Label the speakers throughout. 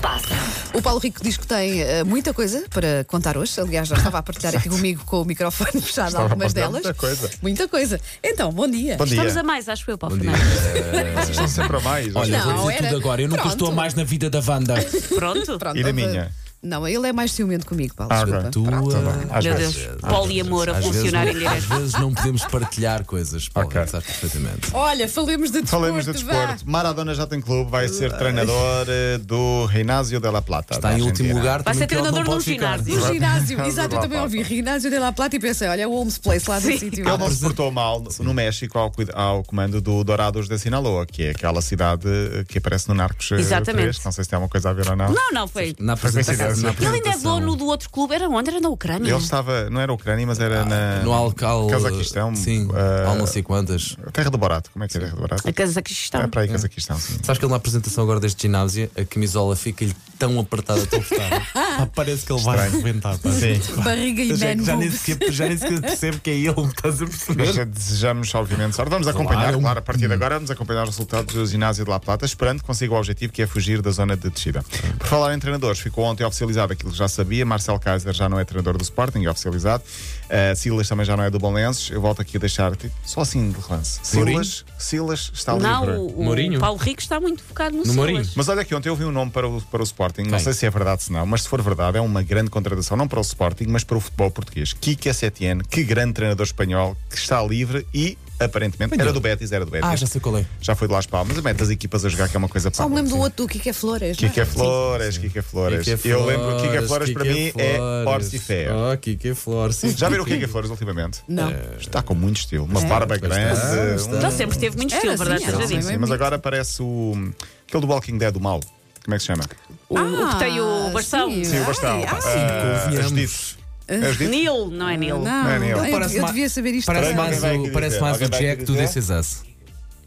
Speaker 1: passa?
Speaker 2: O Paulo Rico diz que tem eh, muita coisa para contar hoje. Aliás, já estava a partilhar aqui comigo com o microfone fechado
Speaker 3: Estava a
Speaker 2: algumas
Speaker 3: partilhar
Speaker 2: delas.
Speaker 3: muita coisa.
Speaker 2: Muita coisa. Então, bom dia.
Speaker 3: Bom dia.
Speaker 1: Estamos a mais, acho eu, para o
Speaker 4: Bom dia. Eh,
Speaker 1: final.
Speaker 3: Vocês estão sempre a mais.
Speaker 4: Olha,
Speaker 2: Não,
Speaker 4: vou dizer
Speaker 2: era-
Speaker 4: tudo agora. Eu nunca
Speaker 2: Pronto.
Speaker 4: estou mais na vida da Wanda.
Speaker 1: Pronto.
Speaker 2: Pronto,
Speaker 3: E da
Speaker 2: houve-
Speaker 3: minha?
Speaker 2: Não, ele é mais ciumento comigo, Paulo.
Speaker 3: Ah,
Speaker 2: desculpa.
Speaker 3: ok.
Speaker 4: Tua-
Speaker 3: Tá
Speaker 4: eh,
Speaker 3: bem, às
Speaker 1: Meu
Speaker 3: vezes.
Speaker 1: Deus, poliamor a
Speaker 4: Às vezes
Speaker 1: funcionar
Speaker 4: não-
Speaker 1: em direto.
Speaker 4: Às vezes não podemos partilhar coisas, Paulo,
Speaker 3: Ok.
Speaker 4: sabes perfeitamente.
Speaker 2: Olha, falemos de desporto.
Speaker 3: Falemos de
Speaker 2: vá.
Speaker 3: desporto. Maradona já tem clube, vai ser treinador eh, do Reinásio de la Plata.
Speaker 4: Está
Speaker 3: da
Speaker 4: em último
Speaker 3: Argentina.
Speaker 4: lugar.
Speaker 1: Vai ser
Speaker 4: também, porque ele
Speaker 1: treinador
Speaker 4: não
Speaker 1: num
Speaker 4: pode ficar.
Speaker 1: ginásio.
Speaker 2: No ginásio,
Speaker 3: Vamos
Speaker 2: exato, eu
Speaker 3: lá,
Speaker 2: também ouvi.
Speaker 3: Paulo.
Speaker 2: Ginásio de La Plata e pensei, olha, é o Holmes Place lá do
Speaker 1: Sim.
Speaker 2: sítio.
Speaker 3: Ele não se portou mal no- no México ao, cuida- ao comando do Dourados da Sinaloa, que é aquela cidade eh, que aparece no Narcos eh,
Speaker 1: Exatamente.
Speaker 3: 3. Não sei se tem alguma coisa a ver ou não.
Speaker 1: Não, não, foi.
Speaker 4: Na apresentação.
Speaker 3: coincidência.
Speaker 1: Ele
Speaker 4: na
Speaker 1: ainda é
Speaker 4: apresentação-
Speaker 1: dono do outro clube. Era onde? Era na Ucrânia.
Speaker 3: Ele estava, não era Ucrânia, mas era na.
Speaker 4: Ah, eh, No Alcal.
Speaker 3: Cazaquistão.
Speaker 4: Sim,
Speaker 3: eh,
Speaker 4: há não sei quantas.
Speaker 3: Terra do Borato. Como é que é a Terra do Borato?
Speaker 1: A casa que está.
Speaker 3: É para aí, Cazaquistão, sim.
Speaker 4: Sabes que ele na apresentação agora deste ginásio, a camisola fica-lhe tão apertada, tão apertada. Pá, parece que ele vai
Speaker 3: Estranho.
Speaker 4: arrebentar. pá.
Speaker 3: Sim.
Speaker 2: Barriga e
Speaker 4: Já,
Speaker 2: man
Speaker 4: já, nem
Speaker 2: boobs.
Speaker 4: sequer, já nem sequer percebe que é ele, estás a perceber?
Speaker 3: Nós já desejamos, obviamente, sorte. Vamos acompanhar,
Speaker 4: Claro.
Speaker 3: claro, a partir de agora, vamos acompanhar os resultados do ginásio de La Plata, esperando que consiga o objetivo que é fugir da zona de descida. Por falar em treinadores, ficou ontem oficializado aquilo que já sabia: Marcel Kaiser já não é treinador do Sporting, é oficializado. Eh, Silas também já não é do Bolenses. Eu volto aqui a deixar-te só assim de relance.
Speaker 4: Mourinho?
Speaker 3: Silas, Silas está livre.
Speaker 1: Não, o, o
Speaker 4: Mourinho?
Speaker 1: Paulo Rico está muito focado no,
Speaker 4: No Mourinho.
Speaker 1: Silas.
Speaker 3: é. Mas olha aqui, ontem eu vi um nome para o, para o Sporting, não
Speaker 4: Quem?
Speaker 3: sei se é verdade se não, mas se for verdade, é uma grande contratação, não para o Sporting, mas para o futebol português. Kike Setién, que grande treinador espanhol, que está livre e, aparentemente, era do Betis, era do Betis.
Speaker 4: Ah, já sei qual é.
Speaker 3: Já foi de Las Palmas, mete as equipas a jogar, que é uma coisa
Speaker 2: Só me um lembro do
Speaker 3: Sim.
Speaker 2: outro, do Kika Flores. não é?
Speaker 3: Kike Flores, Kike Flores.
Speaker 4: Kike
Speaker 3: Eu lembro que Kike Flores para
Speaker 4: Kike
Speaker 3: mim é
Speaker 4: Flores.
Speaker 3: Horse e Fé.
Speaker 4: Oh, Kike Flores. sim,
Speaker 3: Já viram o Kike Flores ultimamente?
Speaker 2: Não.
Speaker 3: Está com muito estilo, uma barba grande. um-
Speaker 1: Ele sempre teve muito estilo,
Speaker 2: Era
Speaker 1: verdade
Speaker 2: assim, era
Speaker 1: seja
Speaker 2: assim.
Speaker 3: Sim,
Speaker 1: dito.
Speaker 3: sim, mas agora parece o. aquele do Walking Dead, do mal. Como é que se chama?
Speaker 1: O, o que tem o
Speaker 2: Ah,
Speaker 1: bastão.
Speaker 2: sim.
Speaker 3: Sim, o bastão.
Speaker 2: Ai,
Speaker 3: Ah,
Speaker 4: convenhamos.
Speaker 3: Ajudito. Ajudito.
Speaker 1: Neil, não é Neil?
Speaker 2: Não,
Speaker 3: Não é nenhum.
Speaker 2: eu- eu,
Speaker 4: Parece uma-
Speaker 2: devia saber isto.
Speaker 4: Parece
Speaker 2: também.
Speaker 4: mais,
Speaker 3: Alguém vai
Speaker 4: o,
Speaker 3: aqui
Speaker 4: parece
Speaker 3: dizer?
Speaker 4: mais o
Speaker 3: Alguém vai
Speaker 4: Jack
Speaker 3: aqui
Speaker 4: do
Speaker 3: dizer?
Speaker 4: This Is Us.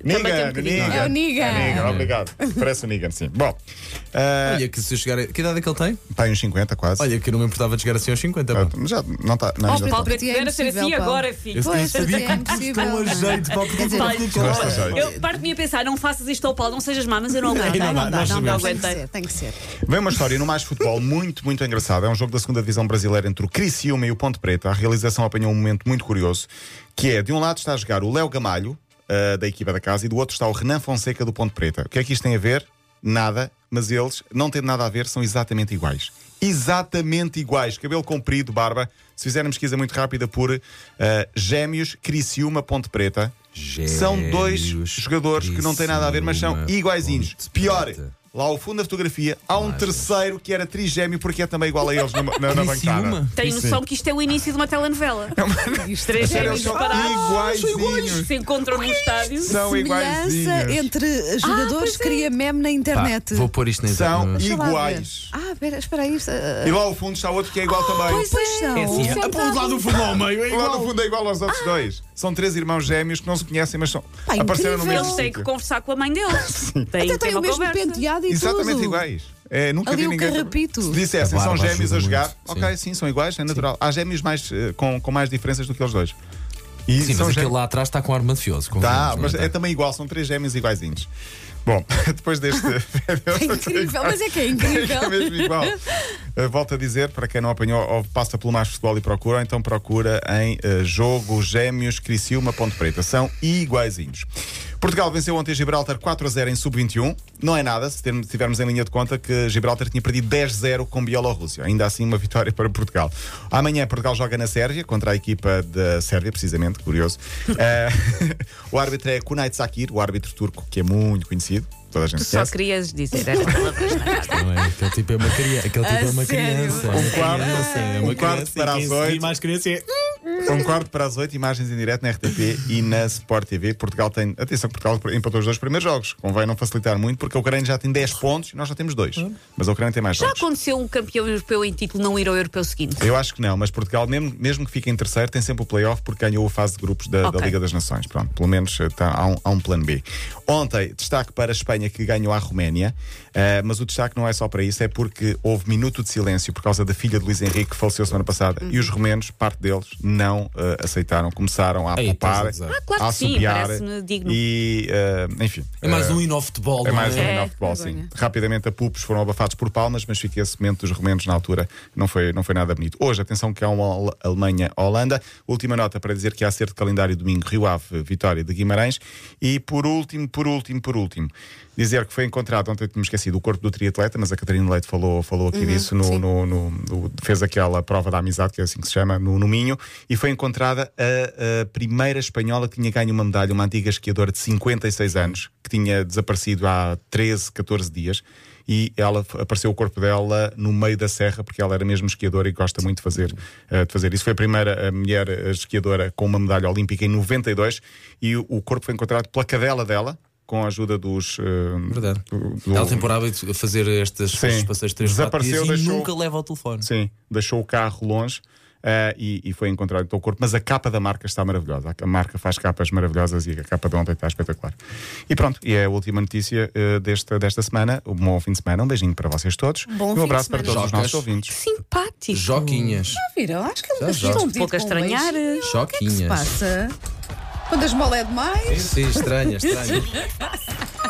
Speaker 1: Também tem um
Speaker 3: Nigan,
Speaker 1: bocadinho.
Speaker 3: Nigan.
Speaker 2: É o Nigan.
Speaker 3: Nigan, obrigado. Parece o Nigan, sim. Bom, eh,
Speaker 4: Olha, que se eu chegar. a- Que idade é que ele tem?
Speaker 3: tem uns 50 quase.
Speaker 4: Olha, que eu não me importava de chegar assim aos 50. pá.
Speaker 3: Ah, Já não está. Não, ainda tá
Speaker 1: Oh, Paulo
Speaker 3: não.
Speaker 2: para
Speaker 1: Rico,
Speaker 2: ti é
Speaker 1: era ser assim
Speaker 2: impossível, Paulo.
Speaker 1: agora, filho.
Speaker 4: Eu
Speaker 2: Pois,
Speaker 4: nem sabia
Speaker 2: é
Speaker 4: que tudo
Speaker 2: impossível.
Speaker 4: estava a jeito, pá, porque
Speaker 2: Quer dizer,
Speaker 4: eu não
Speaker 3: Gosto
Speaker 4: gosto.
Speaker 3: de jeito.
Speaker 1: Eu parte de mim a pensar, não faças isto ao Paulo, não sejas má, mas eu não aguento.
Speaker 2: Não, não,
Speaker 4: nós
Speaker 2: não, não,
Speaker 4: sabemos.
Speaker 2: tem que
Speaker 1: aguentei.
Speaker 2: ser, tem que ser.
Speaker 3: Vem uma história no Mais Futebol muito, muito engraçada. É um jogo da segunda Divisão Brasileira entre o Criciúma e o Ponte Preta. A realização apanhou um momento muito curioso, que é, de um lado está a jogar o Léo Gamalho, ah, da equipa da casa, e do outro está o Renan Fonseca do Ponte Preta. O que é que isto tem a ver? Nada, mas eles, não tendo nada a ver, são exatamente iguais. Exatamente iguais. Cabelo comprido, barba. Se fizermos pesquisa muito rápida por ah, Gêmeos Criciúma Ponte Preta, são dois
Speaker 4: Gêmeos
Speaker 3: jogadores que não têm nada a ver, mas são
Speaker 4: Criciúma
Speaker 3: iguaizinhos.
Speaker 4: Ponte
Speaker 3: Pior,
Speaker 4: Preta.
Speaker 3: Lá ao fundo da fotografia há um terceiro que era trigêmeo porque é também igual a eles na, na, na
Speaker 4: Criciúma?
Speaker 3: bancada.
Speaker 1: Tenho noção que isto é o início de uma telenovela. Os três gêmeos
Speaker 3: Eles são
Speaker 1: separados
Speaker 3: é iguaizinhos.
Speaker 1: se encontram num estádio.
Speaker 3: São
Speaker 2: Semelhança
Speaker 3: iguaizinhos.
Speaker 2: entre jogadores cria meme na
Speaker 4: Pá,
Speaker 2: internet.
Speaker 4: Vou pôr isto na
Speaker 3: São
Speaker 4: internet.
Speaker 2: Deixa lá
Speaker 3: iguais.
Speaker 2: ver. Ah, espera, espera aí. ah,
Speaker 3: E lá ao fundo está outro que é igual também.
Speaker 2: Pois são.
Speaker 4: É para o lado do fundo ao meio, é
Speaker 3: Lá no
Speaker 4: igual.
Speaker 3: fundo é igual aos outros dois. São três irmãos gêmeos que não se conhecem, mas são,
Speaker 2: Ah. Pá,
Speaker 3: apareceram no
Speaker 2: incrível.
Speaker 3: mesmo
Speaker 1: Eles têm que
Speaker 3: sítio.
Speaker 1: conversar com a mãe deles. Têm,
Speaker 2: Até
Speaker 1: têm
Speaker 2: tem
Speaker 1: uma
Speaker 2: o mesmo
Speaker 1: conversa.
Speaker 2: penteado e
Speaker 3: Exatamente
Speaker 2: tudo.
Speaker 3: iguais. É, nunca
Speaker 2: Ali
Speaker 3: vi
Speaker 2: um
Speaker 3: ninguém.
Speaker 2: carrapito.
Speaker 3: Se dissessem,
Speaker 4: A
Speaker 3: são
Speaker 4: barba
Speaker 3: gêmeos a
Speaker 4: ajuda
Speaker 3: jogar,
Speaker 4: muito, sim.
Speaker 3: ok, sim, são iguais, é natural. Há gêmeos mais, eh, com, com mais diferenças do que eles dois. E
Speaker 4: Sim,
Speaker 3: são
Speaker 4: mas aquele
Speaker 3: gêmeos-
Speaker 4: lá atrás está com um ar mafioso.
Speaker 3: Tá,
Speaker 4: convenhamos, não
Speaker 3: mas é
Speaker 4: tá?
Speaker 3: também igual, são três gêmeos iguaizinhos. Bom, depois deste.
Speaker 2: É incrível, mas é que é incrível.
Speaker 3: É mesmo igual. Eh, Volto a dizer, para quem não apanhou, ou passa pelo Mais Futebol e procura, ou então procura em eh, Jogo Gêmeos Criciúma Ponte Preta. São iguaizinhos. Portugal venceu ontem Gibraltar 4 a 0 em sub-21. Não é nada, se termos- tivermos em linha de conta que Gibraltar tinha perdido 10-0 com Bielorrússia. Ainda assim, uma vitória para Portugal. Amanhã, Portugal joga na Sérvia, contra a equipa da Sérvia, precisamente, curioso. Eh, o árbitro é Kunait Sakir, o árbitro turco, que é muito conhecido. Toda a gente
Speaker 1: Só
Speaker 3: conhece.
Speaker 1: querias dizer esta palavra.
Speaker 4: Não é? Aquele tipo é uma criança. Aquele tipo é uma
Speaker 2: sério?
Speaker 4: criança.
Speaker 3: Um quarto-
Speaker 4: é
Speaker 3: um quarto para as oito.
Speaker 4: E mais criança é.
Speaker 3: São quarto para as oito, imagens em direto na RTP e na Sport TV. Portugal tem. Atenção, que Portugal empatou os dois primeiros jogos. Convém não facilitar muito, porque a Ucrânia já tem 10 pontos e nós já temos dois. Mas a Ucrânia tem mais
Speaker 1: Já
Speaker 3: jogos.
Speaker 1: aconteceu um campeão europeu em título não ir ao europeu seguinte?
Speaker 3: Eu acho que não, mas Portugal, mesmo, mesmo que fique em terceiro, tem sempre o playoff porque ganhou a fase de grupos da, da
Speaker 1: Ok.
Speaker 3: Liga das Nações. Pronto, pelo menos eh, tá- há, um, há um plano B. Ontem, destaque para a Espanha que ganhou a Roménia, eh, mas o destaque não é só para isso, é
Speaker 1: Uhum.
Speaker 3: porque houve minuto de silêncio por causa da filha de Luís Henrique que faleceu semana passada e os romenos, parte deles, não eh, aceitaram, começaram a
Speaker 4: Aí,
Speaker 3: poupar,
Speaker 4: pois é, exato.
Speaker 1: Ah, claro
Speaker 3: a
Speaker 1: que sim,
Speaker 3: assobiar,
Speaker 1: parece-me digno.
Speaker 3: E, eh, enfim.
Speaker 4: É mais
Speaker 3: eh,
Speaker 4: um hino ao futebol,
Speaker 3: é
Speaker 4: não
Speaker 3: mais um
Speaker 1: É,
Speaker 3: hino ao futebol, sim.
Speaker 2: vergonha.
Speaker 3: Rapidamente a pupos foram abafados por palmas, mas fiquei esse momento dos remendos na altura. Não foi, não foi nada bonito. Hoje, atenção que há uma Ale- Alemanha-Holanda. Última nota para dizer que há certo calendário domingo Rio Ave, Vitória de Guimarães. E por último, por último, por último, dizer que foi encontrado, ontem tinha esquecido, o corpo do triatleta, mas a Catarina Leite falou, falou aqui disso, no, no- no- no- fez aquela prova da amizade, que é assim que se chama, no, no Minho, e foi encontrada a, a primeira espanhola que tinha ganho uma medalha, uma antiga esquiadora de 56 anos, que tinha desaparecido há 13, 14 dias. E ela apareceu o corpo dela no meio da serra, porque ela era mesmo esquiadora e gosta muito de fazer, eh, de fazer isso. Foi a primeira eh, mulher eh, esquiadora com uma medalha olímpica em 92 e o- o corpo foi encontrado pela cadela dela, com a ajuda dos. eh,
Speaker 4: Verdade.
Speaker 3: do- do-
Speaker 4: Ela tem por hábito fazer estas
Speaker 3: Sim.
Speaker 4: passeios três quatro
Speaker 3: Desapareceu,
Speaker 4: dias
Speaker 3: deixou-
Speaker 4: e assim nunca leva o telefone.
Speaker 3: Sim, deixou o carro longe eh, e, e foi encontrado então o corpo. Mas a capa da marca está maravilhosa. A marca faz capas maravilhosas e a capa de ontem está espetacular. E pronto, e é a última notícia eh, desta, desta semana. Um bom fim de semana, um beijinho para vocês todos.
Speaker 1: Bom
Speaker 3: e
Speaker 1: fim
Speaker 3: um
Speaker 1: de
Speaker 3: abraço para
Speaker 1: semana.
Speaker 3: todos os
Speaker 4: Jocas.
Speaker 3: nossos ouvintes.
Speaker 1: Simpático.
Speaker 4: Joquinhas.
Speaker 2: Viram? Ah, Acho que eles
Speaker 4: já.
Speaker 2: estão um
Speaker 1: Pouco a estranhar.
Speaker 2: O que é que se
Speaker 4: Choquinhas.
Speaker 2: passa? Quando a esmola é demais.
Speaker 4: Sim, estranha, estranha.